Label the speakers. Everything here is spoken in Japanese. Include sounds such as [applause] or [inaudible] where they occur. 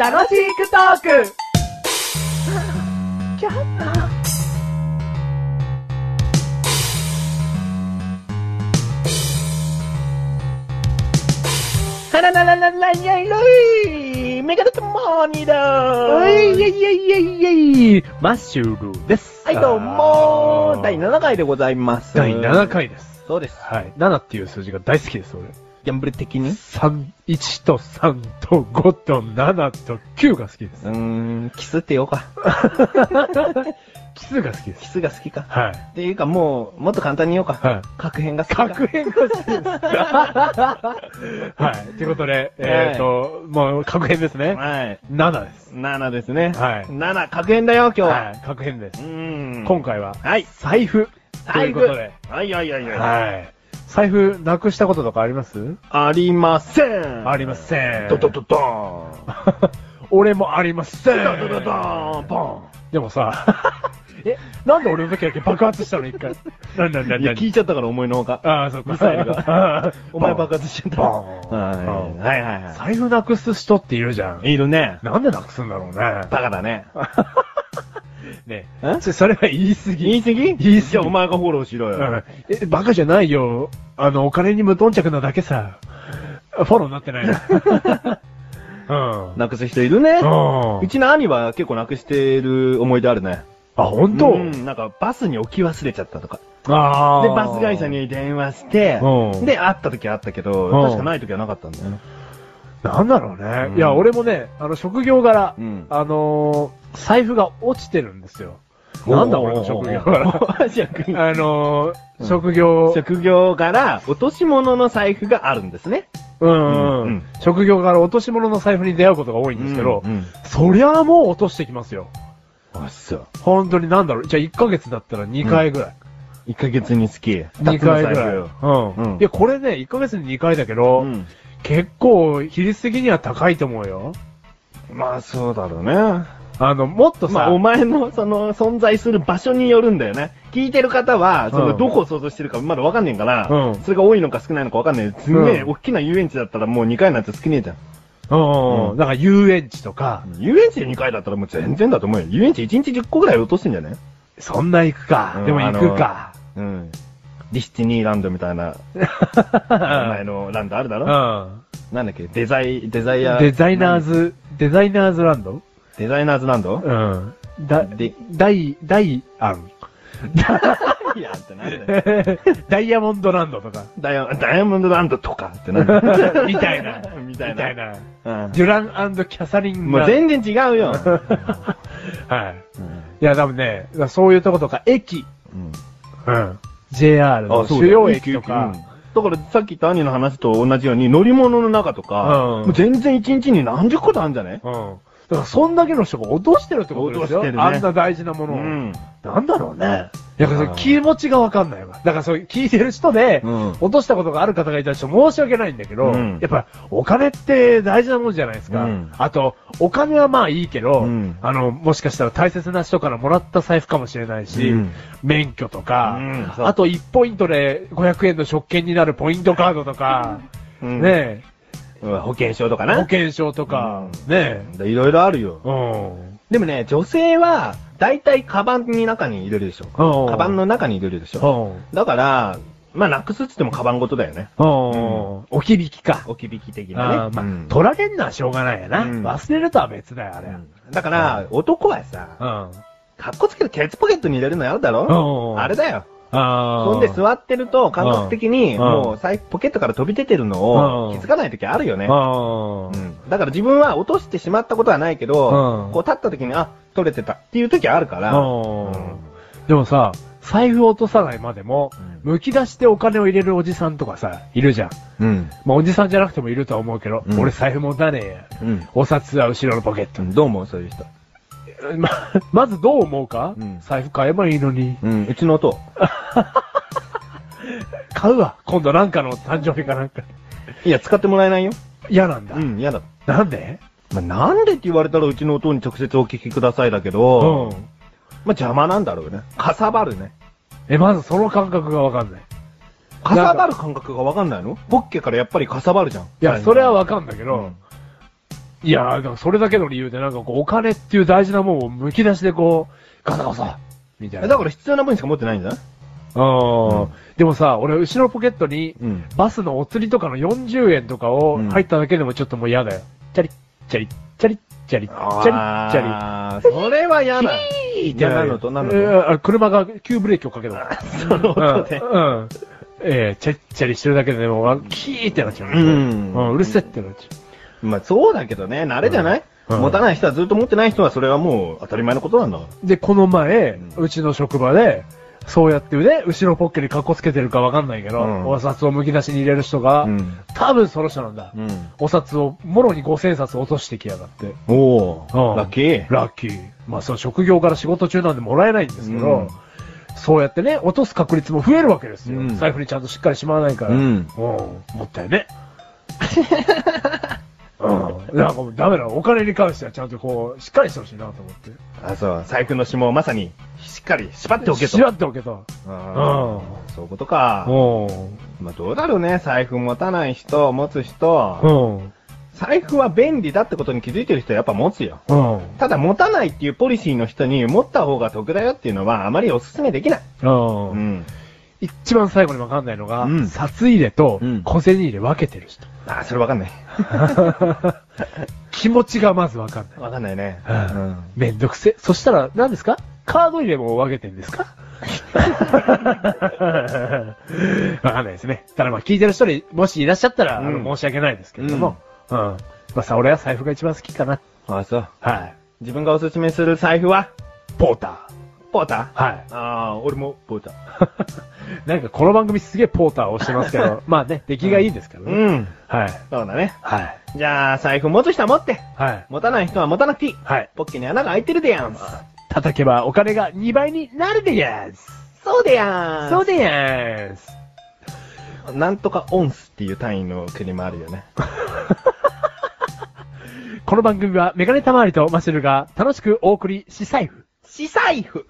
Speaker 1: 楽しくトーク
Speaker 2: ハララララライアイロイメガネとモーニーだ
Speaker 1: おい
Speaker 2: は
Speaker 1: えいえいえいえいマッシュルです。
Speaker 2: い、どうも第7回でございます。
Speaker 1: 第7。回です。
Speaker 2: そうです。
Speaker 1: はい。7っていう数字が大好きです、俺。
Speaker 2: ギャンブル的にう
Speaker 1: 3、1と3と5と7と9が好きです。
Speaker 2: ーん、キスってようか。
Speaker 1: 奇数が好きで
Speaker 2: キ
Speaker 1: す。
Speaker 2: スが好きか。
Speaker 1: はい。
Speaker 2: っていうかもう、もっと簡単に言おうか。
Speaker 1: はい。
Speaker 2: 確変が好きか。
Speaker 1: 確変が好きです。はい。ということで、えっと、もう、確変ですね。
Speaker 2: はい。
Speaker 1: 7です。
Speaker 2: 7ですね。
Speaker 1: はい
Speaker 2: 7、確変だよ、今日は。
Speaker 1: はい。確変です
Speaker 2: う。ーん。
Speaker 1: 今回は、
Speaker 2: はい。
Speaker 1: 財布。ということで。
Speaker 2: はいはいはいはい。
Speaker 1: はい。財布なくしたこととかあります
Speaker 2: ありません。
Speaker 1: ありません
Speaker 2: ドドドドーン。
Speaker 1: 俺もありません。
Speaker 2: ドドドドーン、ポン。
Speaker 1: でもさ、 [laughs] え、なんで俺の時だけ爆発したの一回。なんなんなん
Speaker 2: いや、
Speaker 1: な
Speaker 2: 聞いちゃったから、思いのほか。
Speaker 1: ああ、そっか。
Speaker 2: ミサイル
Speaker 1: [laughs]
Speaker 2: がお前爆
Speaker 1: 発。
Speaker 2: 発しちゃった。
Speaker 1: ボーン
Speaker 2: はいはいはいは
Speaker 1: 財布なくす人っているじゃん。
Speaker 2: い。いるね。
Speaker 1: なんでなくすんだろうね。
Speaker 2: バカだね。
Speaker 1: [laughs] ね
Speaker 2: え
Speaker 1: そそれは言い過ぎ。
Speaker 2: 言い過ぎ言い
Speaker 1: 言い過ぎ
Speaker 2: じゃあお前がフォローしろよ
Speaker 1: うん。え、バカじゃないよ。あの、お金に無頓着なだけさ。フォローになってない [laughs] の。うん。
Speaker 2: なくす人いるね。
Speaker 1: うん
Speaker 2: うちの兄は結構なくしてる思い出あるね。
Speaker 1: あ、本当
Speaker 2: うん、なんかバスに置き忘れちゃったとか。
Speaker 1: ああ。
Speaker 2: で、バス会社。に電話して、
Speaker 1: うん
Speaker 2: で、会った時はあったけど、
Speaker 1: うん
Speaker 2: 確かない時はなかったんだよね。
Speaker 1: なんだろうね。
Speaker 2: うん
Speaker 1: いや、俺もね、あの、職業柄、
Speaker 2: うん
Speaker 1: あのー財布が落ちてるんですよ。なんだ俺の職業柄。
Speaker 2: 職業
Speaker 1: [laughs] あのー
Speaker 2: うん
Speaker 1: 職業、
Speaker 2: 職業柄、落とし物の財布があるんですね。
Speaker 1: うん、
Speaker 2: う
Speaker 1: うんん、職業柄落とし物の財布に出会うことが多いんですけど、
Speaker 2: うんうん
Speaker 1: そりゃもう落としてきますよ。
Speaker 2: あ、そう。
Speaker 1: 本当になんだろう。じゃあ1ヶ月だったら2回ぐらい。
Speaker 2: 1ヶ月につき、
Speaker 1: 二2回ぐらい。
Speaker 2: よ。
Speaker 1: うん、
Speaker 2: うん
Speaker 1: いや、これね、1ヶ月に2回だけど、
Speaker 2: うん。
Speaker 1: 結構、比率的には高いと思うよ。
Speaker 2: まあ、そうだろうね。
Speaker 1: あの、もっとさ、
Speaker 2: まあ、お前の、その、存在する場所によるんだよね。聞いてる方は、その、
Speaker 1: うん
Speaker 2: どこを想像してるかまだわかんねえから、
Speaker 1: うん
Speaker 2: それが多いのか少ないのかわかんねえ。すんげえ、
Speaker 1: うん
Speaker 2: 大きな遊園地だったらもう2回なんて少ねえじゃん。
Speaker 1: うん、なんか遊園地とか、
Speaker 2: 遊園地で2回だったらもう全然だと思うよ。遊園地1日10個ぐらい落としてんじゃね
Speaker 1: そんな行くか。
Speaker 2: うん
Speaker 1: でも行くか。
Speaker 2: うん。ディスティニーランドみたいな、前のランドあるだろ、
Speaker 1: う
Speaker 2: なんだっけデザイ、デザイ
Speaker 1: ん。
Speaker 2: ア。
Speaker 1: デザイナー
Speaker 2: ズ。
Speaker 1: ズ、デザイナーズランド
Speaker 2: デザイナーズラン
Speaker 1: [laughs]
Speaker 2: ド
Speaker 1: うん。だ、
Speaker 2: で
Speaker 1: ダイ、ダイアン。
Speaker 2: いやってなんだよ。
Speaker 1: [laughs] ダイヤモンドランド [laughs] とか。
Speaker 2: ダイヤダイヤモンドランドとかってなんだよ。
Speaker 1: みたいな。
Speaker 2: みたいな
Speaker 1: みたいな。
Speaker 2: うん
Speaker 1: デュランキャサリン
Speaker 2: もう
Speaker 1: ラン
Speaker 2: 全然違うよ。
Speaker 1: はい。いや、多分ね、そういうとことか、駅。
Speaker 2: うん
Speaker 1: うん。JR の主要駅とか。。
Speaker 2: だからさっき言った兄の話と同じように乗り物の中とか
Speaker 1: う、ん
Speaker 2: もう全然一日に何十個とあるんじゃね
Speaker 1: うん。だから、そんだけの人が落としてるってことです
Speaker 2: 落とし
Speaker 1: よ。
Speaker 2: てるね
Speaker 1: あんな大事なも
Speaker 2: う
Speaker 1: のを。
Speaker 2: ん。
Speaker 1: なんだろうね。いや、そ
Speaker 2: うん
Speaker 1: れ気持ちがわかんないわ。だからそういう聞いてる人で、
Speaker 2: うん
Speaker 1: 落としたことがある方がいたらちょっと申し訳ないんだけど、
Speaker 2: うん
Speaker 1: やっぱお金って大事なものじゃないですか。
Speaker 2: うん
Speaker 1: あと、お金はまあいいけど、
Speaker 2: うん
Speaker 1: あの、もしかしたら大切な人からもらった財布かもしれないし、
Speaker 2: うん
Speaker 1: 免許とか、
Speaker 2: うんそう
Speaker 1: あと1ポイントで500円の食券になるポイントカードとか、
Speaker 2: うん
Speaker 1: ね
Speaker 2: うん保険証とか
Speaker 1: え、保
Speaker 2: な。
Speaker 1: 険証とか、
Speaker 2: う
Speaker 1: ね
Speaker 2: でいろいろあるよ
Speaker 1: え、。うん。
Speaker 2: でもね、女性は、だいたいカバンに中に入れるでしょ。
Speaker 1: うん
Speaker 2: カバンの中に入れるでし
Speaker 1: う
Speaker 2: ょ。
Speaker 1: ん。
Speaker 2: だから、まあ、なくすっつってもカバンごとだよね。
Speaker 1: うん。置き引きか。
Speaker 2: 置き引き的
Speaker 1: あ
Speaker 2: なね。
Speaker 1: ーまあ
Speaker 2: うん
Speaker 1: 取られんのはしょうがないやな。
Speaker 2: うん
Speaker 1: 忘れるとは別だよ、あれ。
Speaker 2: うんだから、男はさ、
Speaker 1: うん。
Speaker 2: かっこつけてケツポケットに入れるのやるだ
Speaker 1: う
Speaker 2: ろ
Speaker 1: ん
Speaker 2: あれだよ。
Speaker 1: あ
Speaker 2: そんで座ってると、感覚的に、
Speaker 1: うん
Speaker 2: もう財布ポケットから飛び出てるのを
Speaker 1: う
Speaker 2: 気
Speaker 1: ん
Speaker 2: づかない時あるよね。
Speaker 1: あ
Speaker 2: うんだから自分は落としてしまったことはないけど
Speaker 1: う、ん
Speaker 2: こう立った時に、あ、取れてたっていう時あるから、
Speaker 1: うん
Speaker 2: うん
Speaker 1: でもさ、財布を落とさないまでも、
Speaker 2: う
Speaker 1: むき出してお金を入れるおじさんとかさ、いるじゃん。
Speaker 2: うん。
Speaker 1: まあ、おじさんじゃなくてもいるとは思うけど、
Speaker 2: うん
Speaker 1: 俺財布持たねえや。
Speaker 2: うん。
Speaker 1: お札は後ろのポケット。
Speaker 2: どう思うそういう人。
Speaker 1: ま、まずどう思うか、
Speaker 2: うん
Speaker 1: 財布買えばいいのに。
Speaker 2: うん。うちの音。
Speaker 1: 買うわ。今度なんかの誕生日かなんか。
Speaker 2: いや、使ってもらえないよ。
Speaker 1: 嫌なんだ。
Speaker 2: うん、嫌だ。
Speaker 1: なんで
Speaker 2: まあ、なんでって言われたらうちの音に直接お聞きくださいだけど、
Speaker 1: うん。
Speaker 2: まあ、邪魔なんだろうね。かさばるね。
Speaker 1: え、まずその感覚がわかんない。
Speaker 2: かさばる感覚がわかんないのポッケからやっぱりかさばるじゃん。
Speaker 1: いや、それはわかんだけ
Speaker 2: う
Speaker 1: ど、
Speaker 2: ん。
Speaker 1: いやー、だからそれだけの理由でなんかこう、お金っていう大事なもんを剥き出しでこう、ガサガサ、みたい
Speaker 2: え
Speaker 1: な。
Speaker 2: だから必要な分しか持ってないんじゃない
Speaker 1: うん、
Speaker 2: うん
Speaker 1: でもさ、俺、後ろポケットに、
Speaker 2: うん。
Speaker 1: バスのお釣りとかの40円とかを
Speaker 2: うん
Speaker 1: 入っただけでもちょっともう嫌だよ。チャリ、チャリ、チャリ、チャリ、チャリ、チャ
Speaker 2: あーそれは嫌だ。
Speaker 1: リ。
Speaker 2: じゃあ何のと何のと
Speaker 1: えーあ車が急ブレーキをかけたの。
Speaker 2: [laughs] その音で。
Speaker 1: うん。うんえー、チャリチャリしてるだけでもう、あキーってなっちゃう。
Speaker 2: うん
Speaker 1: うん、うるせえってなっちゃ
Speaker 2: まあそうだけどね、慣れじゃない、
Speaker 1: うん
Speaker 2: 持たない人はずっと持ってない人はそれはもう当たり前のことなんだから。
Speaker 1: う。で、この前
Speaker 2: うん、
Speaker 1: うちの職場で、そうやってね、後ろポッケにカッコつけてるかわかんないけど、
Speaker 2: うん
Speaker 1: お札をむき出しに入れる人が、
Speaker 2: ん。
Speaker 1: 多分その人なんだ。
Speaker 2: うん。
Speaker 1: お札を、もろに五千冊落としてきやがって。
Speaker 2: おー、
Speaker 1: うん
Speaker 2: ラッキー。
Speaker 1: ラッキー。まあ、その職業から仕事中なんでもらえないんですけど、
Speaker 2: うん
Speaker 1: そうやってね、落とす確率も増えるわけですよ。
Speaker 2: うん
Speaker 1: 財布にちゃんとしっかりしまわないから。
Speaker 2: うん
Speaker 1: もったいね。うん。なんかもうダメだ。お金に関してはちゃんとこう、しっかりしてほしいなと思って。
Speaker 2: あ、そう。財布の紐をまさに、しっかり縛っておけと。
Speaker 1: しらっておけと。
Speaker 2: あーそういうことか。
Speaker 1: うん。
Speaker 2: まあどうだろうね。財布持たない人、持つ人。
Speaker 1: うん。
Speaker 2: 財布は便利だってことに気づいてる人はやっぱ持つよ。
Speaker 1: うん。
Speaker 2: ただ持たないっていうポリシーの人に持った方が得だよっていうのはあまりお勧めできない。
Speaker 1: うん。
Speaker 2: ん。
Speaker 1: 一番最後にわかんないのが、
Speaker 2: うん
Speaker 1: 札入れと
Speaker 2: うん
Speaker 1: 小銭入れ分けてる人。
Speaker 2: あー、それわかんない。
Speaker 1: 気持ちがまずわかんない。
Speaker 2: わかんないね。
Speaker 1: うんめんどくせ。そしたら、何ですかカード入れも分けてんですか
Speaker 2: [laughs]
Speaker 1: わかんないですね。ただまあ聞いてる人にもしいらっしゃったら、あの
Speaker 2: うん
Speaker 1: 申し訳ないですけれども。うん。まあさ、俺は財布が一番好きかな。
Speaker 2: あ、そう。
Speaker 1: はい。
Speaker 2: 自分がおすすめする財布は、
Speaker 1: ポータ
Speaker 2: ポータ
Speaker 1: ー。はい。 [laughs]
Speaker 2: ーああ、俺もポーター。
Speaker 1: なんかこの番組すげえポーターをしてます
Speaker 2: [laughs]
Speaker 1: けど、まあね、出来がいいですからね。
Speaker 2: うん。
Speaker 1: はい。
Speaker 2: そうだね。
Speaker 1: はい。
Speaker 2: じゃあ、財布持つ人は持って。
Speaker 1: はい。
Speaker 2: 持たない人は持たなくていい。
Speaker 1: はい。
Speaker 2: ポッケに穴が開いてるでやんす。
Speaker 1: 叩けばお金が2倍になるでやんす。
Speaker 2: そうでやん
Speaker 1: そうでやんす。
Speaker 2: うなんとかオンスっていう単位の国もあるよね。
Speaker 1: この番組はメガネたまわりとマシュルが楽しくお送りし財布。
Speaker 2: 死財布